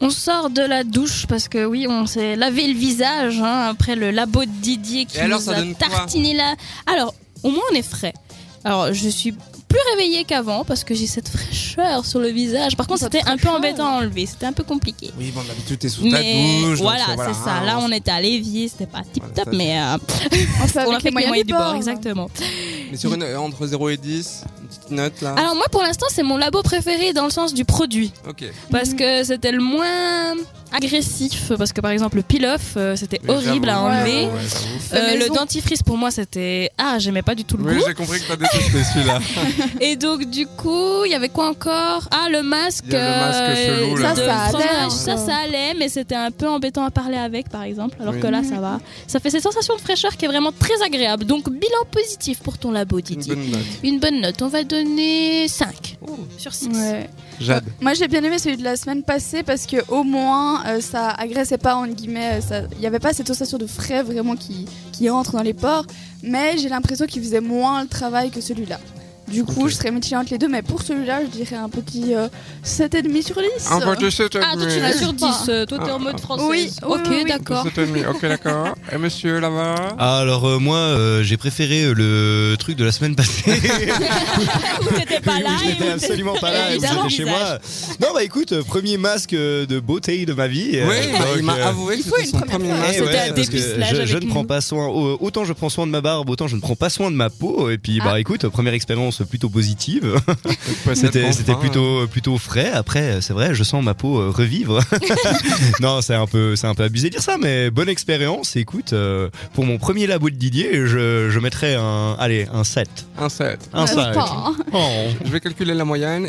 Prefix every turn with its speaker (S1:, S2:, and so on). S1: On sort de la douche parce que oui, on s'est lavé le visage hein, après le labo de Didier qui
S2: Et alors,
S1: nous
S2: ça
S1: a
S2: donne quoi
S1: tartiné là. Alors, au moins on est frais. Alors, je suis plus réveillée qu'avant parce que j'ai cette fraîcheur sur le visage. Par contre,
S3: Cette
S1: c'était un peu
S3: fraîcheur.
S1: embêtant à enlever, c'était un peu compliqué.
S2: Oui, bon, d'habitude, t'es sous ta
S1: Mais
S2: douche. donc
S1: voilà,
S2: c'est
S1: c'est ça.
S2: hein,
S1: Là, on était à l'évier, c'était pas tip top,
S2: ça, Hein.
S1: mais euh,
S3: On fait
S1: on a
S3: avec
S1: fait
S3: les
S1: que les
S3: moyens du bord.
S1: exactement.
S2: Mais sur une, entre 0 et 10, une petite note là.
S1: Alors moi, pour l'instant, c'est mon labo préféré dans le sens du produit.
S2: ok.
S3: Mhm.
S1: parce que c'était le moins agressif parce que par exemple le peel-off euh, c'était
S2: Mais
S1: horrible à
S2: j'avoue,
S1: enlever
S2: ouais, j'avoue.
S1: Euh,
S3: La
S1: le
S3: maison.
S1: dentifrice pour moi c'était ah j'aimais pas du tout le
S2: Oui,
S1: goût
S2: j'ai compris que t'as détesté celui-là.
S1: et donc du coup il y avait quoi encore ah le masque,
S2: Il y a le masque chelou,
S1: de
S2: là.
S3: Ça, ça
S1: fromage.
S3: allait, hein.
S1: ça ça allait mais c'était un peu embêtant à parler avec par exemple alors
S2: Oui.
S1: que là ça va ça fait cette sensation de fraîcheur qui est vraiment très agréable donc bilan positif pour ton labo
S2: Une
S1: Didier
S2: bonne note.
S1: une bonne note on va donner 5
S3: Oh,
S1: sur 6
S3: Ouais.
S2: Jade.
S3: Moi j'ai bien aimé celui de la semaine passée parce que au moins euh, ça agressait pas entre guillemets, euh, ça- il n'y avait pas cette sensation de frais vraiment qui, qui entre dans les ports, mais j'ai l'impression qu'il faisait moins le travail que celui-là. Du coup
S2: Ok.
S3: je serais mitigée entre les deux, mais pour celui-là je dirais un petit euh, 7,5 sur 10.
S2: Un peu de cette
S1: ah toi tu vas sur 10 euh, toi t'es
S2: Ah.
S1: en mode français
S3: Oui, oui,
S1: ok
S3: oui, oui.
S1: d'accord
S2: Ok, d'accord. Et monsieur là-bas
S4: Ah, alors euh, moi, euh, j'ai préféré euh, le truc de la semaine passée.
S1: Ou t'étais pas là
S4: Où
S1: et
S4: j'étais
S1: où t'étais-
S4: absolument pas là. et où
S1: Évidemment,
S4: j'étais chez moi. Non, bah écoute, euh, premier masque euh, de beauté de ma vie. euh,
S2: Oui, bah,
S4: donc,
S2: il m'a
S4: euh,
S2: avoué que
S3: il faut
S2: c'était
S3: une
S2: son
S3: première
S2: premier
S3: fois.
S2: match.
S4: eh ouais,
S1: C'était un
S4: parce que
S1: dépistelage
S4: je, je
S1: avec
S4: ne prends
S1: nous.
S4: pas soin. au- Autant je prends soin de ma barbe, autant je ne prends pas soin de ma peau. Et puis, bah écoute, première expérience plutôt positive. C'était c'était plutôt plutôt frais. Après, euh, c'est vrai, je sens ma peau euh, revivre. non, c'est un peu c'est un peu abusé de dire ça, mais bonne expérience. Écoute, euh, pour mon premier labo de Didier, je, je mettrais un allez un 7
S2: Un 7.
S4: un 5.
S3: pas, hein.
S4: Oh.
S2: Je vais calculer la moyenne